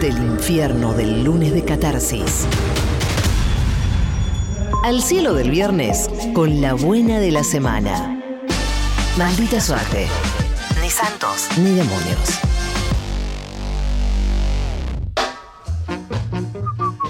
Del infierno del lunes de catarsis. Al cielo del viernes con la buena de la semana. Maldita suerte. Ni santos ni demonios.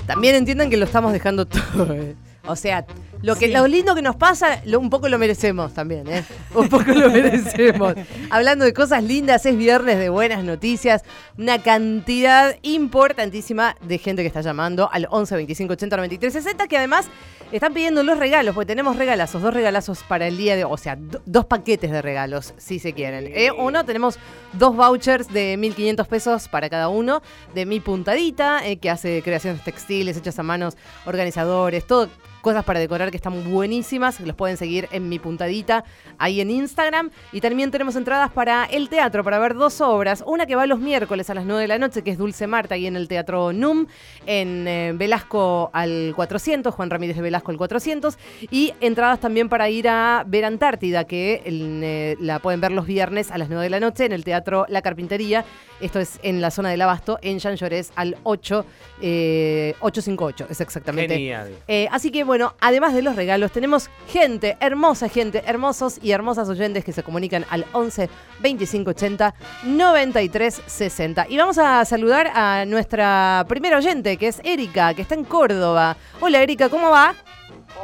También entiendan que lo estamos dejando todo. ¿eh? O sea, lo, que, Sí. lo lindo que nos pasa, lo- un poco lo merecemos también, ¿eh? Un poco lo merecemos. Hablando de cosas lindas, es viernes de buenas noticias. Una cantidad importantísima de gente que está llamando al 11 25 80 93 60, que además están pidiendo los regalos, porque tenemos regalazos, dos regalazos para el día de. O sea, do- dos paquetes de regalos, si se quieren. ¿eh? Uno, tenemos dos vouchers de 1.500 pesos para cada uno, de mi puntadita, eh, que hace creaciones textiles, hechas a manos, organizadores, todo cosas para decorar que están buenísimas. Los pueden seguir en mi puntadita ahí en Instagram. Y también tenemos entradas para el teatro, para ver dos obras. Una que va los miércoles a las 9 de la noche, que es Dulce Marta, ahí en el Teatro NUM, en eh, Velasco al 400, Juan Ramírez de Velasco al 400. Y entradas también para ir a ver Antártida, que en, eh, la pueden ver los viernes a las 9 de la noche en el Teatro La Carpintería. Esto es en la zona del Abasto, en Jean Llorés al 8, eh, 858. Es exactamente Genial. eh, así que bueno, además de los regalos, tenemos gente, hermosa gente, hermosos y hermosas oyentes que se comunican al 11 25 80 93 60. Y vamos a saludar a nuestra primera oyente, que es Erika, que está en Córdoba. Hola Erika, ¿cómo va?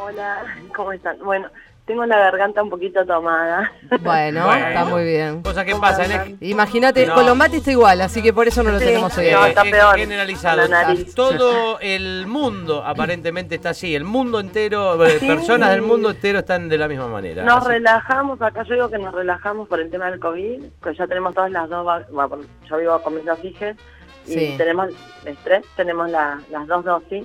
Hola, ¿cómo están? Bueno, tengo la garganta un poquito tomada. Bueno, Bueno. está muy bien. Cosa que pasa, en el- Imagínate, No. Colombati está igual, así que por eso no lo Sí. tenemos hoy. eh, No, está eh, peor. generalizado. La nariz. Todo el mundo aparentemente está así. El mundo entero, eh, personas del mundo entero están de la misma manera. Nos Así- relajamos, acá yo digo que nos relajamos por el tema del COVID, que ya tenemos todas las dos, va- va- bueno, yo vivo con mis dos hijas y Sí. tenemos el estrés, tenemos la- las dos dosis.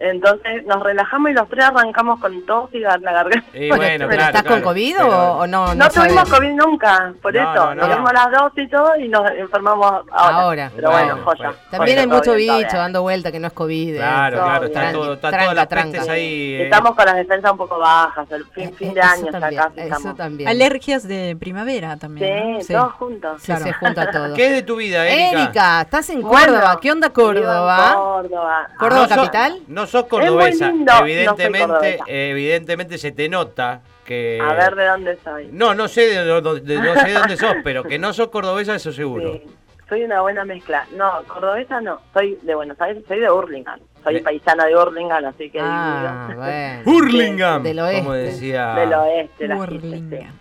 Entonces nos relajamos y los tres arrancamos con tos y gar- la garganta. Y Bueno, bueno, ¿Pero claro, estás con claro. COVID Pero- o, o no? No, tuvimos sabes? COVID nunca, por No, eso. no, no. Nos dimos las dosis y todo y nos enfermamos ahora. Ahora. Pero bueno, Bueno, joya. bueno. También joya, hay todo mucho bien, todo bicho bien. dando vuelta que no es COVID. ¿eh? Claro, claro, está, Tranqui, todo, está tranca, todas las tranca. pestes ahí. eh, Estamos con las defensas un poco bajas, el Eh, fin, fin de eso año está también, casi Eso estamos. también. Alergias de primavera también. ¿no? Sí, todos juntos. Sí, Claro. se junta todo. ¿Qué es de tu vida, Erika? Ah, Erika? estás en Córdoba. Bueno, ¿Qué onda vivo en Córdoba? Córdoba. Ah, ¿Córdoba sos- capital? no sos Es cordobesa. muy lindo, no soy evidentemente, cordobesa. evidentemente se te nota que. Eh, A ver de dónde soy. No, no sé de, dónde- de- no sé de dónde sos, pero que no sos cordobesa, eso seguro. Sí, Soy una buena mezcla. No, cordobesa no. Soy de Buenos Aires, soy de Burlingame. Soy De- paisana de Burlingame, así que Ah, digo, bueno. Hurlingham, Del como oeste. decía. del oeste. las islas, Burlingame.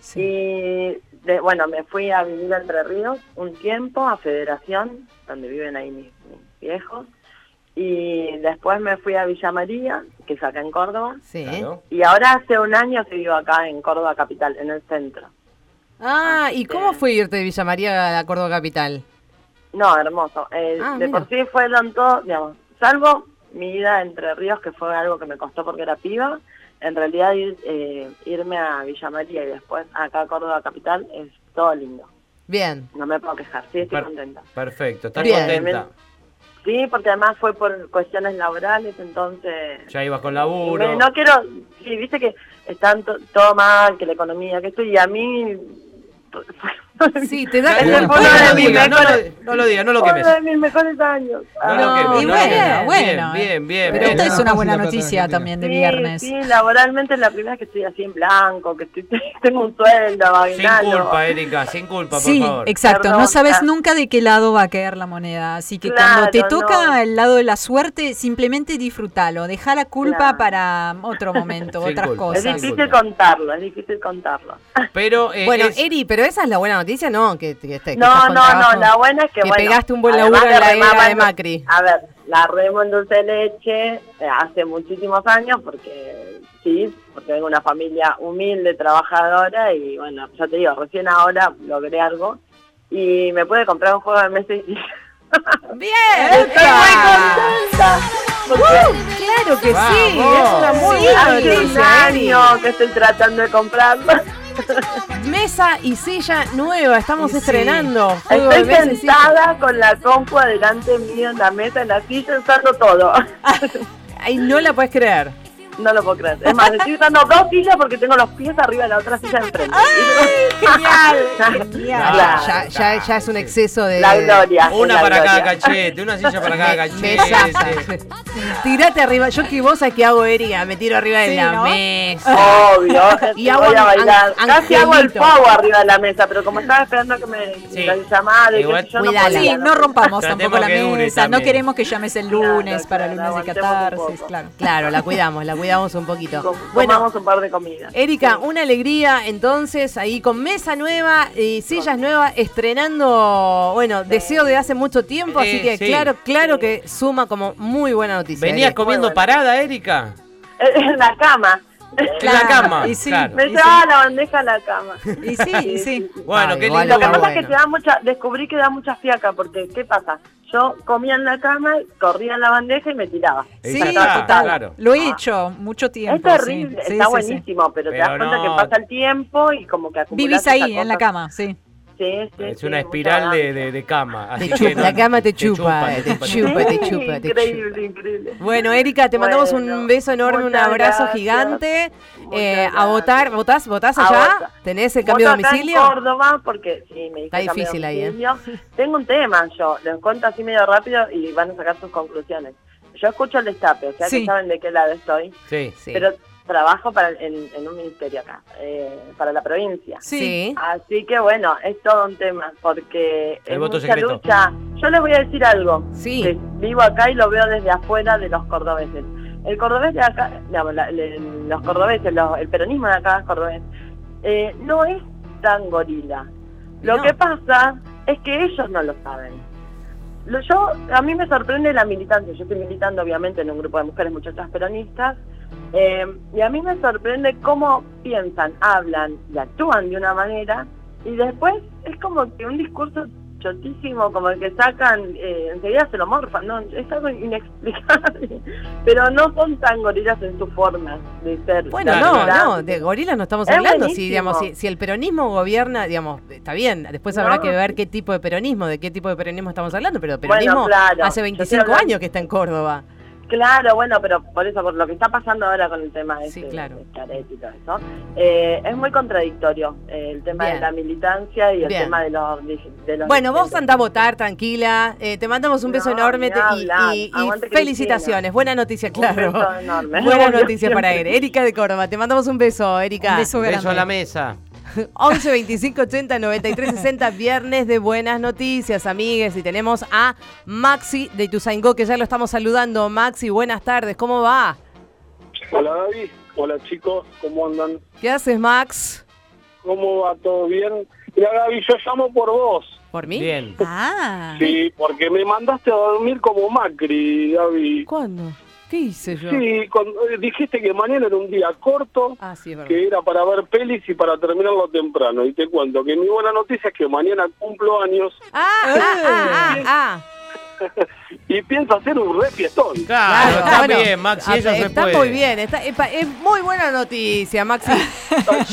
sí. Y de- bueno, me fui a vivir a Entre Ríos un tiempo, a Federación, donde viven ahí mis, mis viejos. Y después me fui a Villa María, que es acá en Córdoba. Sí. Claro. Y ahora hace un año que vivo acá en Córdoba Capital, en el centro. Ah, ¿y Así cómo que- fue irte de Villa María a Córdoba Capital? No, hermoso. Eh, Ah, de mira. por sí fueron todos, digamos, salvo mi ida a Entre Ríos, que fue algo que me costó porque era piba. En realidad, ir- eh, irme a Villa María y después acá a Córdoba Capital es todo lindo. Bien. No me puedo quejar, sí, estoy Per- contenta. Perfecto, estás Bien. contenta. Sí, porque además fue por cuestiones laborales, entonces... Ya ibas con Me- laburo. No quiero, sí, viste que están to- todo mal, que la economía, que esto, y a mí... Sí, te da Ese No, como- no, fue uno no de lo mis digas, no lo- mejores- no lo digas, no lo quemes. Uno de mis mejores años. No Ah. lo No, quemes, y no lo bueno, quemes. bueno, eh, Bien, bien, Pero bien. esta es No, una buena la plata de noticia Argentina. también de Sí, Este viernes. Sí, laboralmente es la primera vez que estoy así en blanco, que estoy, tengo un sueldo, Sin aguinaldo. culpa, eh, Erika, sin culpa, por Sí, favor. exacto. no Perdón, sabes ah. nunca de qué lado va a caer la moneda. Así que cuando Claro, te no. toca el lado de la suerte, simplemente disfrútalo. Deja la culpa Claro. para otro momento, Sin otras culpa. Es cosas. difícil Sin culpa. contarlo, es difícil contarlo. Pero eh, Bueno, este es- Eri, pero esa es la buena noticia, ¿no? Que, que estés- que estás No, con no, trabajo. no, la buena es que, Que bueno, pegaste un buen además laburo en le la era remamos- de Macri. A ver, la remo en dulce de leche eh, hace muchísimos años porque sí, porque vengo de una familia humilde, trabajadora y bueno, ya te digo, recién ahora logré algo y me pude comprar un juego de mesa y ¡Bien! estoy muy contenta. Porque ¡Claro que sí! Vamos. Es una muy buena Hace un noticia, Eri. año que estoy tratando de comprarlo. Mesa y silla nueva, estamos Sí. estrenando. Juego de Estoy mesa y silla. sentada con la compu delante mío en la mesa, en la silla, usando todo. Ay, no la puedes creer. No lo puedo creer. Es más, estoy usando dos sillas porque tengo los pies arriba de la otra silla enfrente. Genial. Ah, Claro. ya, ya, ya es un exceso de. La gloria. es eh, Una la para cada gloria. cachete, una silla para cada Me cachete. saca. Tirate arriba. Yo que vos aquí hago herida, me tiro arriba de Sí, la ¿no? mesa. Obvio, Y y hago voy a an- bailar. an- Casi hago el angelito. pavo arriba de la mesa, pero como estaba esperando que me Sí. la llamada, y Igual- qué sé yo no Cuidala. podía, Sí, no rompamos Tratemos tampoco la que dure mesa. No también. queremos que llames el lunes Claro, para claro, lunes de aguantemos un catarsis, poco. claro. Claro, la cuidamos, la cuidamos un Com- poquito. Bueno, Eh. Comamos un par de comidas. Erika, una alegría entonces ahí con mesa nueva y sillas nuevas, estrenando, bueno, deseo de hace mucho tiempo, así Eh, que sí. claro, claro que suma como muy buena noticia. ¿Venías Erika. comiendo Muy bueno. parada, Erika? En la cama. En la Claro, cama. y sí. claro. Me Y llevaba la bandeja a la cama. Y sí, y sí. Bueno, Ah, qué igual lindo. Lo que pasa bueno. es que te da mucha, descubrí que da mucha fiaca, porque ¿qué pasa? Yo comía en la cama, corría en la bandeja y me tiraba. Sí, Exacto, total. claro. Lo he hecho mucho Es tiempo. sí. terrible, Sí, está sí, sí. buenísimo, pero, te Pero das cuenta no. que pasa el tiempo y como que acumulas Vivís esas ahí, en la cosas. cama, sí. Sí, sí, Es sí, una mucha espiral de, gana. de- de cama. así Te que chupa, no- la cama te chupa, eh, te te chupa, te Sí, chupa, te chupa, te increíble, chupa. increíble. Bueno, ¿este Erika, te mandamos un Bueno, beso enorme, un muchas abrazo gracias. gigante. Muchas Eh, a gracias. votar, ¿votás, votás A allá? votar. ¿Tenés el cambio de Voto acá domicilio? En Córdoba, porque sí, me Está difícil ahí, ¿eh? ¿eh? Tengo un tema yo, les cuento así medio rápido y van a sacar sus conclusiones. Yo escucho el destape, o sea Sí. que saben de qué lado estoy, Sí. Sí. pero trabajo para en, en un ministerio acá, eh, para la provincia. Sí. Así que bueno, es todo un tema, porque El es voto mucha secreto. lucha. Yo les voy a decir algo. Sí. que vivo acá y lo veo desde afuera de los cordobeses. El cordobés de acá, digamos, la- le- los cordobeses, los- el peronismo de acá es cordobés, eh, no es tan gorila. Lo No. que pasa es que ellos no lo saben. Lo- yo, a mí me sorprende la militancia. Yo estoy militando, obviamente, en un grupo de mujeres muchachas peronistas. eh, y a mí me sorprende cómo piensan, hablan y actúan de una manera. Y después es como que un discurso chotísimo, como el que sacan, eh, enseguida se lo morfan. No, es algo inexplicable. Pero no son tan gorilas en su forma de ser. Bueno, la no, verdad. no, de gorilas no estamos Es hablando. Si, buenísimo. digamos, si, si el peronismo gobierna, digamos, está bien, después No. habrá que ver qué tipo de peronismo, de qué tipo de peronismo estamos hablando, pero peronismo Bueno, claro. hace Yo 25 estoy hablando- años que está en Córdoba. Claro, bueno, pero por eso, por lo que está pasando ahora con el tema de Sí, este- claro. de Schiaretti y todo eso, eh, es muy contradictorio eh, el tema Bien. de la militancia y el Bien. tema de los... dig- de los Bueno, vos dirigentes. andá a votar tranquila, eh, te mandamos un beso No, enorme ni te- y- hablar. y, y Aguante, felicitaciones. Buena noticia, Un beso claro. enorme. Buena Obvio, noticia para él. siempre. Erika de Córdoba, te mandamos un beso, Erika. Un beso grande. Beso a la mesa. 11 25 80 93 60, viernes de buenas noticias, amigues. Y tenemos a Maxi de Ituzaingó, que ya lo estamos saludando. Maxi, buenas tardes, ¿cómo va? Hola David, hola chicos, ¿cómo andan? ¿Qué haces, Max? ¿Cómo va todo bien? Mira David, yo llamo por vos. ¿Por mí? Bien. Ah. Sí, porque me mandaste a dormir como Macri, David. ¿Cuándo? ¿Qué hice yo? Sí, con- eh, dijiste que mañana era un día corto, Ah, sí, es verdad. que era para ver pelis y para terminarlo temprano. Y te cuento que mi buena noticia es que mañana cumplo años Ah, ah, ah, ah, ah. y pienso hacer un re fiestón. Claro, está bueno. bien, Maxi, Ah, ella se Está puede. muy bien, está, epa, es muy buena noticia, Maxi.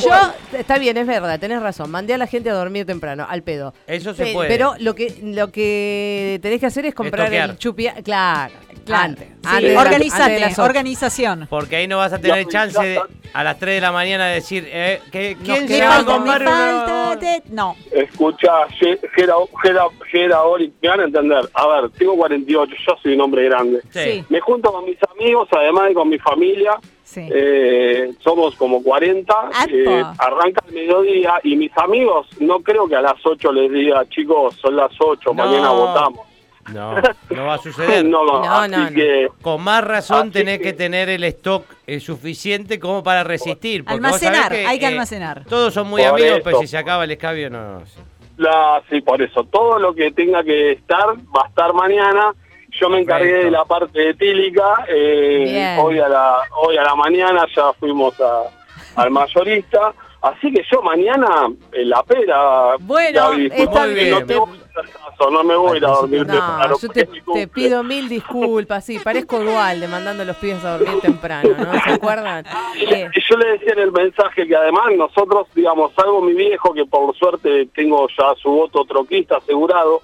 Yo, está bien, es verdad, tenés razón. Mandé a la gente a dormir temprano, al pedo. Eso se Pe- puede. Pero lo que lo que tenés que hacer es comprar el Estoquear. chupia, claro, Claro. antes, Sí, antes de la- antes de Organízate, las ocho. organización. Porque ahí no vas a tener Ya, chance de, ya a las 3 de la mañana decir, eh, ¿qué- ¿quién queda se va a algo, me comprar me falta una... de- No. Escucha, Ge- Gera, Gera, Gera Ori, me van a entender. A ver, tengo 48, yo soy un hombre grande. Sí. Me junto con mis amigos, además de con mi familia. Sí. Eh, somos como 40. eh, arranca el mediodía y mis amigos, no creo que a las 8 les diga, chicos, son las 8, No. mañana votamos. No, no va a suceder. No, Ah, No, así no, no. que Con más razón Así tenés que- que tener el stock eh, suficiente como para resistir. porque vos sabés eh, Almacenar, hay que almacenar. Todos son muy Por amigos, pero eso. si se acaba el escabio, no. no, sí. la, sí, por eso, todo lo que tenga que estar va a estar mañana. Yo me encargué Perfecto. de la parte etílica. eh, Bien. hoy, a la, hoy a la mañana ya fuimos a- al mayorista. Así que yo mañana en la pera. Bueno, David, está no bien. te voy a hacer caso, no me voy a ir a dormir temprano, No, yo porque te, es mi te cumple. pido mil disculpas, sí, parezco Dualde mandando a los pibes a dormir temprano, ¿no? ¿Se acuerdan? Eh, Y yo le decía en el mensaje que además nosotros, digamos, salvo mi viejo, que por suerte tengo ya su voto troquista asegurado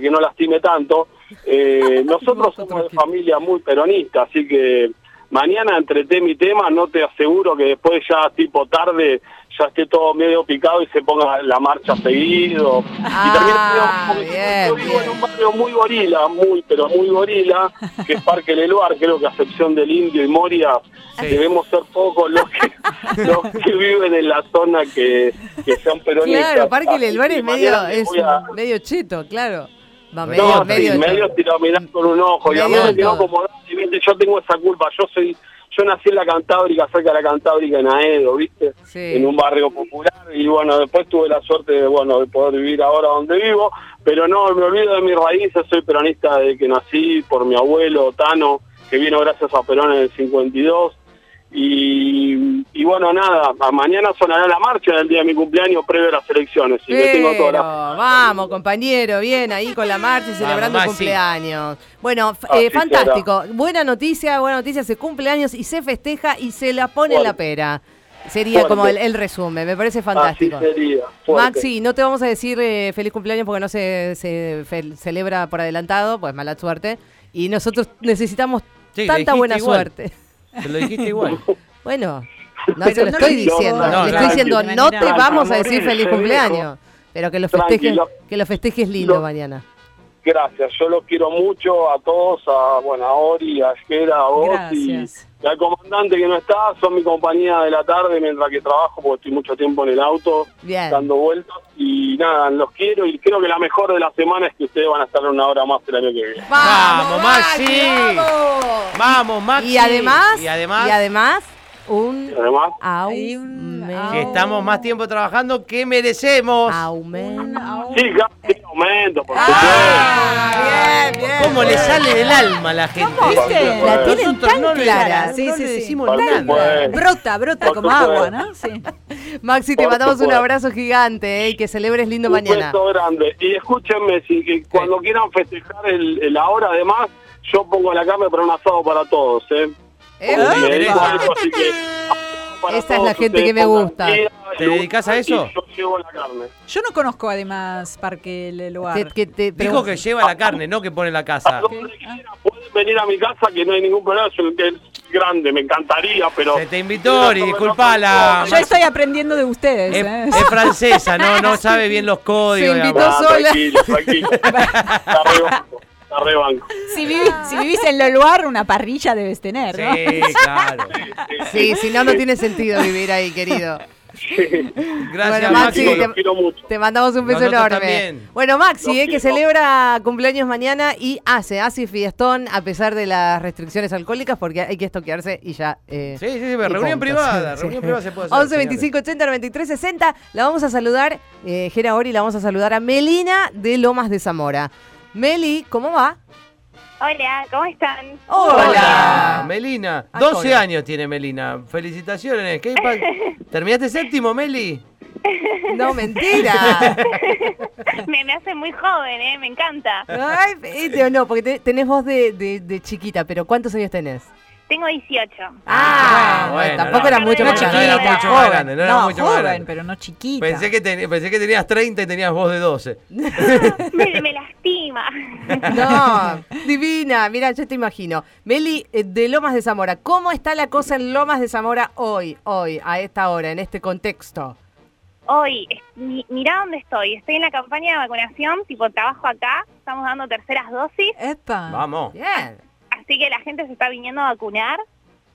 que no lastime tanto, eh, nosotros Voto somos de troquista. familia muy peronista, así que Mañana entre tema y tema, no te aseguro que después ya tipo tarde ya esté todo medio picado y se ponga la marcha seguido. y Ah, termina bien, yo vivo en bien. un barrio muy gorila, muy, pero muy gorila, que es Parque Leluar, creo que a excepción del Indio y Moria, Sí. debemos ser pocos los que, los que viven en la zona que, que sean peronistas. Claro, Parque Así del Bar que es medio, mañana me es voy a- medio cheto, claro. Va, medio, no, medio, sí, medio cheto. te lo mirás con un ojo. y a mí Medio me quedó todo. como, "Dale, viste, yo tengo esa culpa. Yo soy yo nací en la Cantábrica, cerca de la Cantábrica, en Aedo, ¿viste? Sí. En un barrio popular. Y bueno, después tuve la suerte de, bueno, de poder vivir ahora donde vivo. Pero no, me olvido de mis raíces. Soy peronista desde que nací por mi abuelo, Tano, que vino gracias a Perón en el 52. Y, y bueno, nada, a- mañana sonará la marcha del día de mi cumpleaños previo a las elecciones. Y me tengo toda Pero, la- vamos, compañero, bien, ahí con la marcha y celebrando Maxi. cumpleaños. Bueno, f- Así eh, fantástico. Buena noticia, buena noticia, se cumple años y se festeja y se la pone en la Fuerte. pera. Sería como el, Fuerte. el resumen, me parece fantástico. Así sería. fuerte. Maxi, no te vamos a decir eh, feliz cumpleaños porque no se, se fel- celebra por adelantado, pues mala suerte. Y nosotros necesitamos Sí, le tanta dijiste buena igual. suerte. Te lo dijiste igual. Bueno, no Pero se lo no estoy lo digo. diciendo. No, le no, estoy no. diciendo, Tranqui, no te tranqui, vamos a morirse, decir feliz viejo. cumpleaños. Pero que lo Tranqui, festejes, lo- que lo festejes lindo lo- mañana. Gracias, yo los quiero mucho a todos, a, bueno, a Ori, a Jera, a vos y, Gracias. y al comandante que no está, son mi compañía de la tarde mientras que trabajo porque estoy mucho tiempo en el auto Bien. dando vueltas y nada, los quiero y creo que la mejor de la semana es que ustedes van a estar una hora más el año que viene. ¡Vamos, Maxi, Maxi! vamos. Vamos, Maxi. Y además, Y además, y además, un Además, Hay un aumento. que estamos más tiempo trabajando que merecemos. Ah, Aumento. sí, Gaby, tiene aumento, por Ah, bien, bien. ¿Cómo le sale del alma a la gente? viste? La tienen Nosotros tan no le- clara. Sí, no sí, le sí. decimos Por nada. supuesto. Brota, brota Por como supuesto. agua, ¿no? Sí. Maxi, te Por mandamos un supuesto. abrazo gigante eh, y que celebres lindo Un mañana. beso grande. Y escúchenme, si que cuando quieran festejar el, el ahora, además, yo pongo la cama para un asado para todos, ¿eh? Eh, Porque me dedico a Epa. eso, así que, para Esa es la todos gente ustedes que me pongan gusta. tira, ¿Te lugar, dedicas a y eso? Yo llevo la carne. Yo no conozco además Parque Leluar. te- que te Dijo que lleva la carne, no que pone la casa. Donde quieran, pueden venir a mi casa que no hay ningún problema. Es, un- es grande, me encantaría, pero. Se te invitó, Ori, disculpala. Yo estoy aprendiendo de ustedes. Es, ¿eh? es francesa, no, no sabe bien los códigos. Se invitó digamos. Ah, sola. Tranquilo, tranquilo. Está rebanco. Está rebanco. Si, vivi- si vivís en Leluar, una parrilla debes tener, ¿no? Sí, claro. Sí, si no, no tiene sentido vivir ahí, querido. Gracias, Bueno, Maxi, Maxi. Maxi, los quiero mucho. Te mandamos un beso Nosotros enorme. también. Bueno, Los Maxi, eh, que quiero. celebra cumpleaños mañana y hace, hace fiestón a pesar de las restricciones alcohólicas porque hay que estoquearse y ya. eh, Sí, sí, sí, y reunión punto. privada. Sí, Reunión sí. privada se puede hacer. 11 señores. 25 80 93 60. La vamos a saludar, eh, Gera Ori, la vamos a saludar a Melina de Lomas de Zamora. Meli, ¿cómo va? Hola, ¿cómo están? Hola, Melina. Ah, 12 hola. años tiene Melina. Felicitaciones. ¿Qué pa- ¿Terminaste séptimo, Meli? No, mentira. Me, me hace muy joven, ¿eh? Me encanta. Ay, este, no, porque te- tenés voz de, de- de chiquita, pero ¿cuántos años tenés? Tengo 18. Ah, bueno, tampoco era mucho no, más no chiquita, era mucho más joven. Ah, grande, no No, era mucho más joven, grande. pero no chiquita. Pensé que, teni- pensé que tenías 30 y tenías voz de 12. Me, me lastima. No, divina, mira, yo te imagino. Meli, eh, de Lomas de Zamora, ¿cómo está la cosa en Lomas de Zamora hoy, hoy, a esta hora, en este contexto? Hoy, es- mi- mirá dónde estoy. Estoy en la campaña de vacunación, tipo trabajo acá. Estamos dando terceras dosis, Epa. Vamos. Bien. así que la gente se está viniendo a vacunar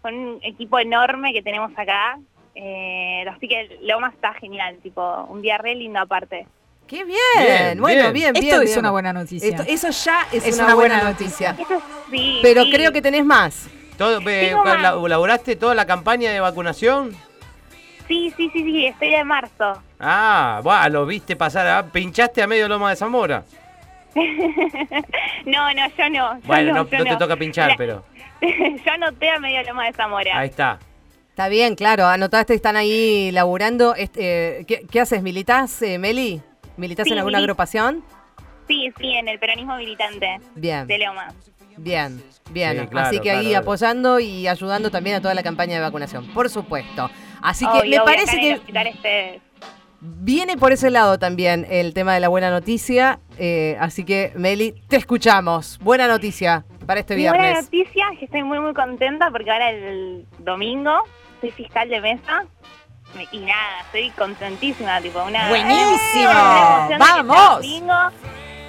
con un equipo enorme que tenemos acá. Eh, así que lo más está genial, tipo un día re lindo aparte. Qué bien. Bien, bueno, bien. bien, bien. Esto es bien. una buena noticia. Esto- eso ya es, Es una, una buena, buena noticia. Eso sí. Pero sí. creo que tenés más. Todo, eh, Tengo más. la- ¿Laburaste toda la campaña de vacunación? Sí, sí, sí, sí, estoy de marzo. Ah, buah, lo viste pasar. ah, pinchaste a medio loma de Zamora. No, no, yo no. yo Bueno, no, yo no te toca pinchar, La- pero Yo anoté a media loma de Zamora. ahí está. Está bien, claro, anotaste, están ahí laburando. Este, eh, ¿qué, qué haces? ¿Militás, eh, Meli? ¿Militás Sí, en alguna mili- agrupación? Sí, sí, en el peronismo militante Bien, de Loma. bien, bien. Sí, claro, Así que ahí claro, claro. apoyando y ayudando también a toda la campaña de vacunación, por supuesto. Así que Obvio, me obvio, parece acá en el que hospital este- viene por ese lado también el tema de la buena noticia. eh, así que, Meli, te escuchamos. Buena noticia. para este Mi buena viernes. noticia es que estoy muy, muy contenta porque ahora el domingo soy fiscal de mesa Me- y nada, estoy contentísima, tipo, una... Eh, ¡Buenísimo! una emoción de que sea ¡Vamos! domingo,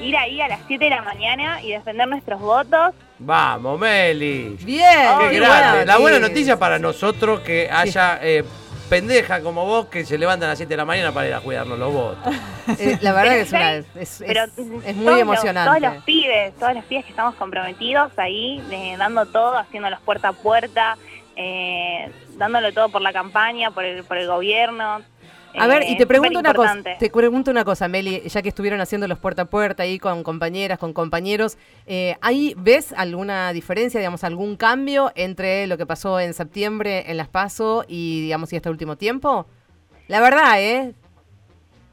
ir ahí a las 7 de la mañana y defender nuestros votos. Vamos, Meli. Bien, Qué qué grande. la buena noticia. noticia para nosotros que haya eh, pendeja como vos que se levantan a las 7 de la mañana para ir a cuidarnos los votos. Eh, la verdad que es, una- es, es- Pero mm, es todos muy los- emocionante. todos los pibes, todos los pibes que estamos comprometidos ahí, eh, dando todo, haciéndolos puerta a puerta, eh, dándolo todo por la campaña, por el, por el gobierno. A ver, y te pregunto una cosa, Eh, importante te pregunto una cosa, Meli, ya que estuvieron haciendo los puerta a puerta ahí con compañeras, con compañeros, eh, ¿ahí ves alguna diferencia, digamos, algún cambio entre lo que pasó en septiembre en Las Paso y, digamos, y este último tiempo? La verdad, ¿eh?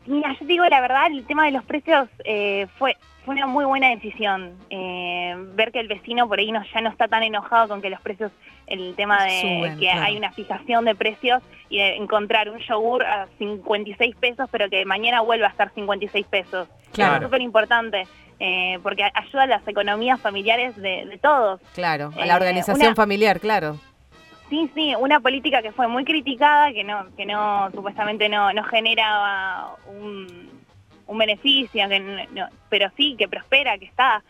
Mira, yo te digo la verdad, el tema de los precios eh, fue fue una muy buena decisión. Eh, ver que el vecino por ahí no, ya no está tan enojado con que los precios, el tema de Suben, que claro. hay una fijación de precios y de encontrar un yogur a 56 pesos, pero que mañana vuelva a estar 56 pesos. Claro. Es súper importante, eh, porque ayuda a las economías familiares de, de todos. Claro, a Eh, la organización una- familiar, claro. Sí, sí, una política que fue muy criticada, que no, que no, supuestamente no, no generaba un, un beneficio, que no- no- pero sí, que prospera, que está,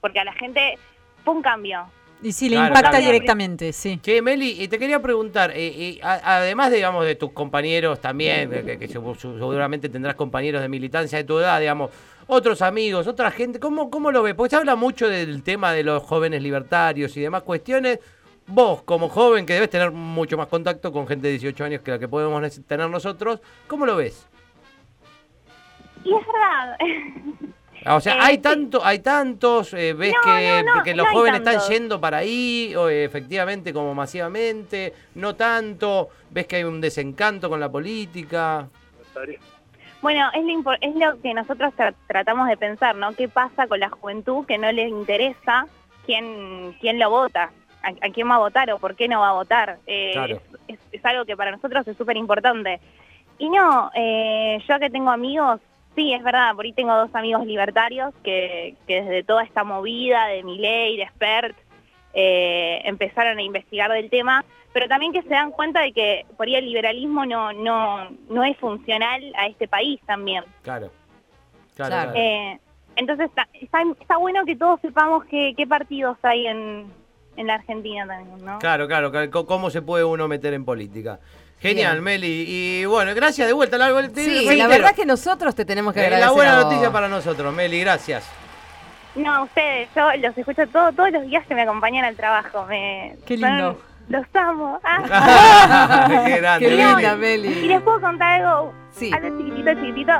porque a la gente fue un cambio. Y sí, le Claro, impacta claro. directamente, sí. Che, Meli, y te quería preguntar, eh, y a- además, digamos, de tus compañeros también, eh, que, que su- su- seguramente tendrás compañeros de militancia de tu edad, digamos, otros amigos, otra gente, ¿cómo, cómo lo ves? Porque se habla mucho del tema de los jóvenes libertarios y demás cuestiones. Vos, como joven, que debes tener mucho más contacto con gente de 18 años que la que podemos nes- tener nosotros, ¿cómo lo ves? Y es verdad. Ah, O sea, Eh, ¿hay, Este, sí. tanto, hay tantos? eh, ¿Ves No, que, no, no, que no los hay jóvenes están tantos. yendo para ahí, o, eh, efectivamente, como masivamente? ¿No tanto? ¿Ves que hay un desencanto con la política? Bueno, es lo, impor- es lo que nosotros tra- tratamos de pensar, ¿no? ¿Qué pasa con la juventud que no le interesa quién, quién lo vota? ¿A, a quién va a votar o por qué no va a votar? Eh, Claro. es, es algo que para nosotros es súper importante. Y no, eh, yo que tengo amigos, sí, es verdad, por ahí tengo dos amigos libertarios que, que desde toda esta movida de Miley, de Spert, eh, empezaron a investigar del tema, pero también que se dan cuenta de que por ahí el liberalismo no, no, no es funcional a este país también. Claro. Claro. Claro. claro. Eh, entonces está, está, está bueno que todos sepamos qué, qué partidos hay en, en la Argentina también, ¿no? Claro, claro, claro, co- ¿Cómo se puede uno meter en política? Genial, Bien. Meli. Y bueno, gracias de vuelta. La, te Sí, la reitero, verdad que nosotros te tenemos que eh, agradecer. la a buena vos. noticia para nosotros, Meli. Gracias. No, a ustedes, yo los escucho todo, todos los días que me acompañan al trabajo. Me, Qué lindo. son- los amo. Ah. Qué grande, Qué linda, Meli. Y Meli. les puedo contar algo, Sí. algo chiquitito, chiquitito,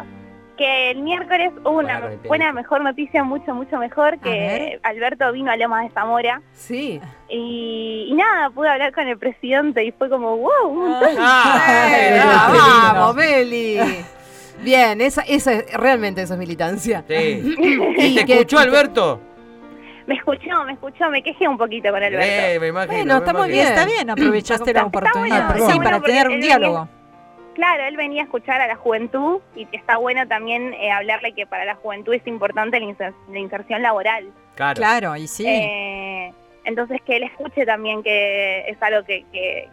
que el miércoles hubo una Bueno, buena, bien. mejor noticia, mucho, mucho mejor, ver. que Alberto vino a Lomas de Zamora Sí. y, y nada, pude hablar con el presidente y fue como, wow, un montón. Ah, Eh, eh, ah, vamos, Meli. Bien, esa, esa es- realmente eso es militancia. Sí. Y ¿Te que- escuchó Alberto? Me escuchó, me escuchó, me quejé un poquito con Alberto. Eh, me imagino. Bueno, me está muy imagino. Y Bien. está bien, aprovechaste la Está bueno, oportunidad. está sí, bueno para porque tener él un venía- diálogo. Claro, él venía a escuchar a la juventud y está bueno también eh, hablarle que para la juventud es importante la, inser- la inserción laboral. Claro. Claro, y sí. Eh, entonces que él escuche también que es algo que, que-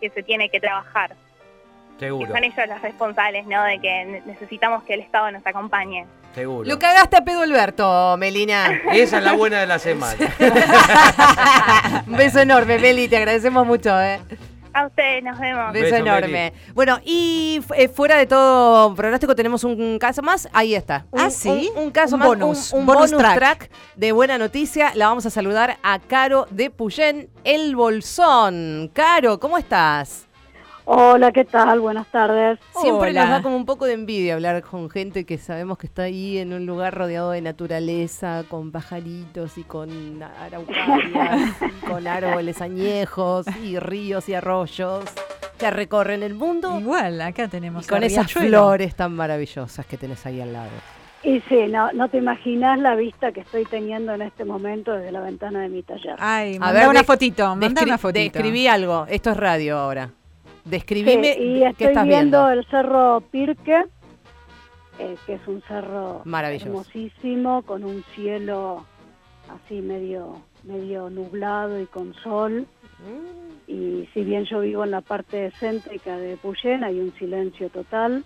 que se tiene que trabajar. Que Seguro, son ellos los responsables, ¿no? De que ne- necesitamos que el Estado nos acompañe. seguro. Lo cagaste a pedo Alberto, Melina. Esa es la buena de la semana. Un beso enorme, Meli, te agradecemos mucho, eh. A ustedes, nos vemos. Beso, Beso, enorme. Bueno, y f- eh, fuera de todo pronóstico tenemos un caso más, ahí está. Un, Ah, ¿sí? Un, un caso Un más, bonus, un, un bonus bonus track. track. de buena noticia. La vamos a saludar a Caro de Puyén, El Bolsón. Caro, ¿cómo estás? Hola, ¿qué tal? Buenas tardes. Siempre Hola. nos da como un poco de envidia hablar con gente que sabemos que está ahí en un lugar rodeado de naturaleza, con pajaritos y con araucarias, y con árboles añejos y ríos y arroyos que recorren el mundo. Igual, acá tenemos. Y con a esas Riachuelo. flores tan maravillosas que tenés ahí al lado. Y sí, no, no te imaginas la vista que estoy teniendo en este momento desde la ventana de mi taller. Ah, Ay, A ver, manda una de- fotito, manda Descri- una fotito. Describí algo. Esto es radio ahora. Sí, Describime y qué estoy estás viendo, viendo. el cerro Pirque, eh, que es un cerro Maravilloso. hermosísimo, con un cielo así medio, medio nublado y con sol. Mm. Y si bien yo vivo en la parte céntrica de Puyén, hay un silencio total.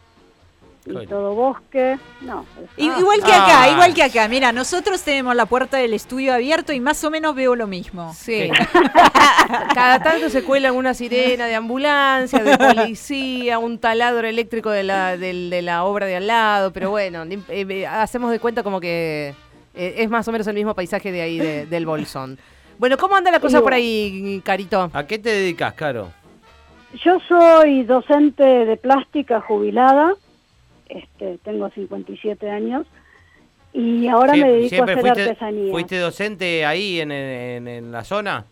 Y Claro. todo bosque, no. es- I- ah, Igual que acá, Ah. igual que acá. Mira, nosotros tenemos la puerta del estudio abierto y más o menos veo lo mismo. Sí. Cada tanto se cuela una sirena de ambulancia, de policía, un taladro eléctrico de la, del- de la obra de al lado, pero bueno, lim- eh, eh, hacemos de cuenta como que eh, es más o menos el mismo paisaje de ahí, de- del Bolsón. Bueno, ¿cómo anda la cosa por ahí, Carito? ¿A qué te dedicas, Caro? Yo soy docente de plástica jubilada, este, tengo 57 años, y ahora Sie- me dedico a siempre hacer fuiste, artesanía. ¿Fuiste docente ahí en, en- en la zona?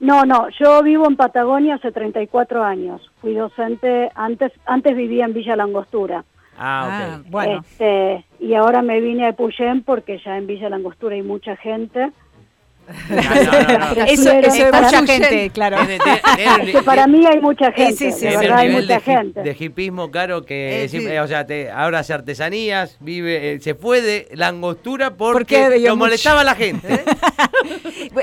No, no, yo vivo en Patagonia hace 34 años. Fui docente, antes antes vivía en Villa Langostura. Ah, Ah, ok. bueno. Este, y ahora me vine a Epuyén porque ya en Villa Langostura hay mucha gente. No, no, no, no. Eso, Prefiero eso es estar mucha huyendo. gente, claro. Tiene- tiene- tiene un Es li- que para mí hay mucha gente, sí, sí, de tiene sí. verdad un hay nivel mucha de, hip- gente. de hipismo, Caro, que Eh, sí. encima, eh, o sea, te- ahora hace artesanías, vive, eh, se fue de la angostura Porque porque, había lo mucho. molestaba a la gente. Eh,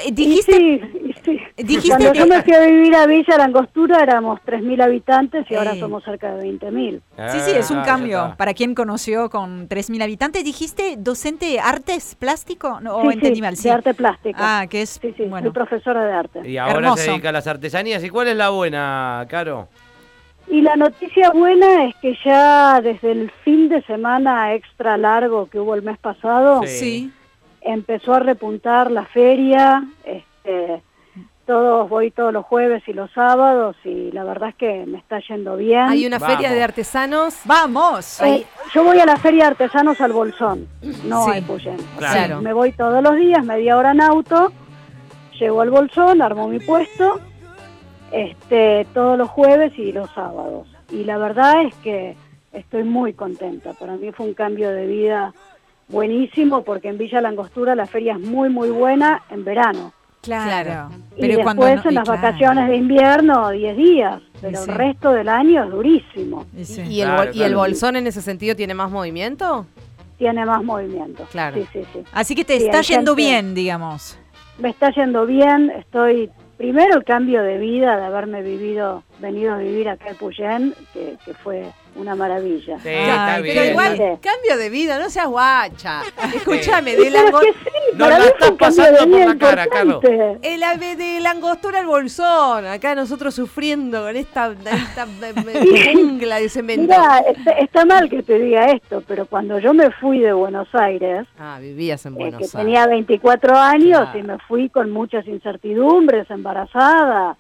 Y Dijiste, sí, y sí. dijiste Cuando que- ah. yo me fui a vivir a Villa Langostura éramos 3.000 habitantes y ahora Eh. somos cerca de 20.000. Sí, sí, es un Ah, ya cambio. está. Para quien conoció con 3.000 habitantes, dijiste docente de artes plástico no, o Sí, sí, Oh, entendí mal, sí. de arte plástico. Ah, que es sí, sí, soy bueno. profesora de arte. Y ahora se Hermoso. dedica a las artesanías. ¿Y cuál es la buena, Caro? Y la noticia buena es que ya desde el fin de semana extra largo que hubo el mes pasado, Sí. Sí. empezó a repuntar la feria. Este, todos voy todos los jueves y los sábados y la verdad es que me está yendo bien. Hay una Vamos. feria de artesanos. Vamos. Eh, yo voy a la feria de artesanos al Bolsón, no Sí. a Epuyén. O sea, Claro. Me voy todos los días, media hora en auto, llego al Bolsón, armo mi puesto, este, todos los jueves y los sábados. Y la verdad es que estoy muy contenta. Para mí fue un cambio de vida buenísimo porque en Villa Langostura la feria es muy muy buena en verano. Claro. y Pero después cuando no- en y las claro. vacaciones de invierno 10 días, pero sí. el resto del año es durísimo. Y sí. ¿Y el, Claro, bol- ¿Y el claro. Bolsón en ese sentido tiene más movimiento? Tiene más movimiento. Claro. Sí, sí, sí. Así que te Sí, está hay yendo gente- bien, digamos. me está yendo bien, estoy primero el cambio de vida de haberme vivido, venido a vivir acá en Puyén, que, que fue una maravilla. Sí, Ay, está pero bien. Pero igual, Sí. cambio de vida, no seas guacha. Escúchame, de la, Pero ango- que sí, No para la mí fue estás un cambio de pasando por vida la cara, Carlos. importante. el ave de la angostura al bolsón. Acá nosotros sufriendo con esta, esta me- me- jungla de cemento. Mira, está, está mal que te diga esto, pero cuando yo me fui de Buenos Aires, Ah, vivías en eh, Buenos que Aires. tenía 24 años Claro. y me fui con muchas incertidumbres, embarazada,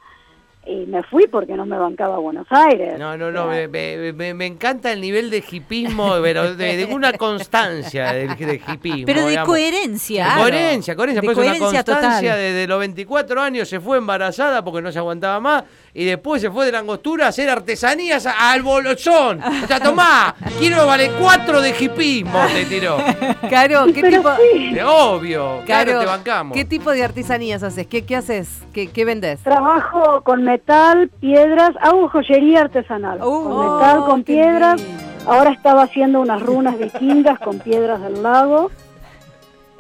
y me fui porque no me bancaba Buenos Aires. No, no, O no, me, sea, me- me- me encanta el nivel de hipismo, pero de, de una constancia de, de hipismo. Pero de digamos. coherencia. Claro. Coherencia, coherencia, De pues una coherencia total. constancia desde los 24 años se fue embarazada porque no se aguantaba más y después se fue de la angostura a hacer artesanías a- al bolsón. O sea, tomá, quiero vale cuatro de hipismo, te tiró. Caro, ¿qué pero tipo, sí. De obvio, claro, Caro, te bancamos. ¿qué tipo de artesanías haces? ¿Qué, qué haces? ¿Qué, qué vendés? Trabajo con metal, piedras, hago joyería artesanal. Uh, con metal, con qué piedras. lindo. Ahora estaba haciendo unas runas vikingas con piedras del lago.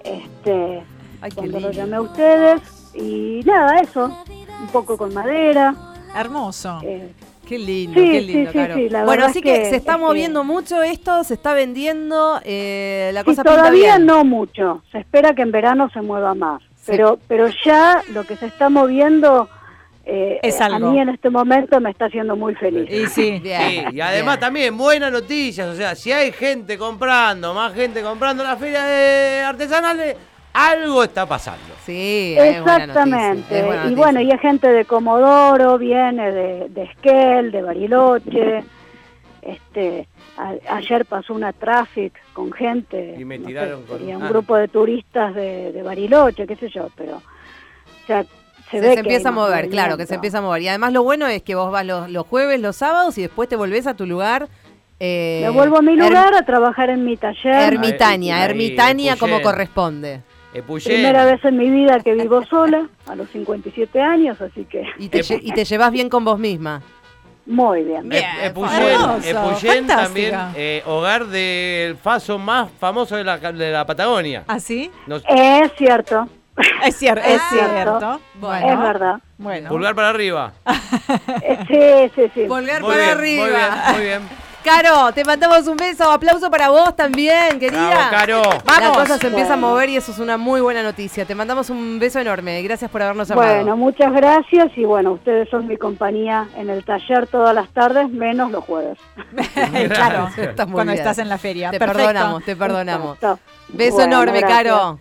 Este, Ay, qué cuando lo lindo. llamé a ustedes. Y nada, eso. Un poco con madera. Hermoso. eh, Qué lindo, Sí, qué lindo, sí, sí, Caro. sí, la bueno, verdad así es que, que- este se está es que- moviendo mucho esto, se está vendiendo, eh, la sí, cosa pinta todavía bien. no mucho. Se espera que en verano se mueva más. Pero, pero ya lo que se está moviendo eh, Es a algo. mí en este momento me está haciendo muy feliz. Y sí. Bien, Sí, y además bien. también buenas noticias, o sea, si hay gente comprando, más gente comprando las ferias de artesanales, algo está pasando. Sí, es buena noticia, Exactamente. es buena y noticia. bueno, y hay gente de Comodoro, viene de, de Esquel, de Bariloche. Este, a- ayer pasó una traffic con gente. Y me no tiraron con- sería un ah. grupo de turistas de, de Bariloche, qué sé yo, pero. O sea, se, Se, ve se que empieza a hay más mover, claro, que se movimiento. empieza a mover. Y además lo bueno es que vos vas los, los jueves, los sábados y después te volvés a tu lugar. eh, Me vuelvo a mi her- lugar a trabajar en mi taller. ermitaña, Ahí, ahí, ermitaña como Puyén. corresponde. Epuyén. Primera vez en mi vida que vivo sola, a los 57 años, así que Y Eh, te, lle- y te llevas bien con vos misma. muy bien. Bien, Ep- Epuyén, fabuloso, Epuyén fantástica. también, eh, hogar del faso más famoso de la, de la Patagonia. ¿Así? Nos- Es cierto, ¿Ah, Es cierto, es Ah, cierto. Es Bueno, verdad. bueno. Pulgar para arriba. Eh, Sí, sí, sí. Volver Muy para bien, arriba. Muy bien, muy bien. Caro, te mandamos un beso. Aplauso para vos también, querida. Bravo, Caro. La Vamos. cosa se empieza a Bueno. mover y eso es una muy buena noticia. Te mandamos un beso enorme. Gracias por habernos llamado. Bueno, muchas gracias y bueno, ustedes son mi compañía en el taller todas las tardes, menos los jueves. claro, Estás muy cuando bien. estás en la feria. te Perfecto. perdonamos, te perdonamos. Está. Beso Bueno, enorme, gracias. Caro.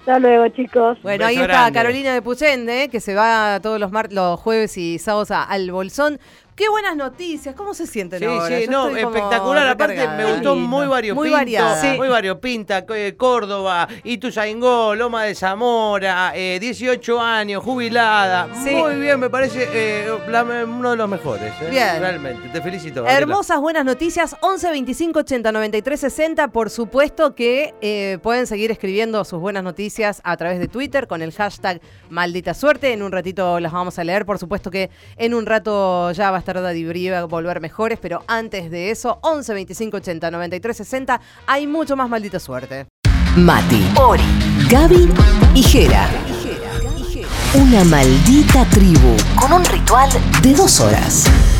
Hasta luego, chicos. Bueno, beso ahí está grande. Carolina de Puyende, que se va todos los, mar- los jueves y sábados a- al Bolsón. Qué buenas noticias, ¿cómo se sienten Sí, ahora? sí, Yo no, estoy como espectacular. Aparte, recargada. me gustó Lindo. muy variopinto. Muy variada. Sí. Muy variopinta. eh, Córdoba, Ituzaingó, Loma de Zamora, eh, 18 años, jubilada. Sí. Muy bien, me parece eh, la- uno de los mejores. eh, Bien. Realmente, te felicito. Gabriela. Hermosas buenas noticias, 11 25 80 93 60. Por supuesto que eh, pueden seguir escribiendo sus buenas noticias a través de Twitter con el hashtag maldita suerte. En un ratito las vamos a leer. Por supuesto que en un rato ya va a estar Daddy Bri, va a volver mejores, pero antes de eso, 11 25 80 93 60. Hay mucho más maldita suerte. Mati, Ori, Gaby y Jera. Una maldita tribu con un ritual de dos horas.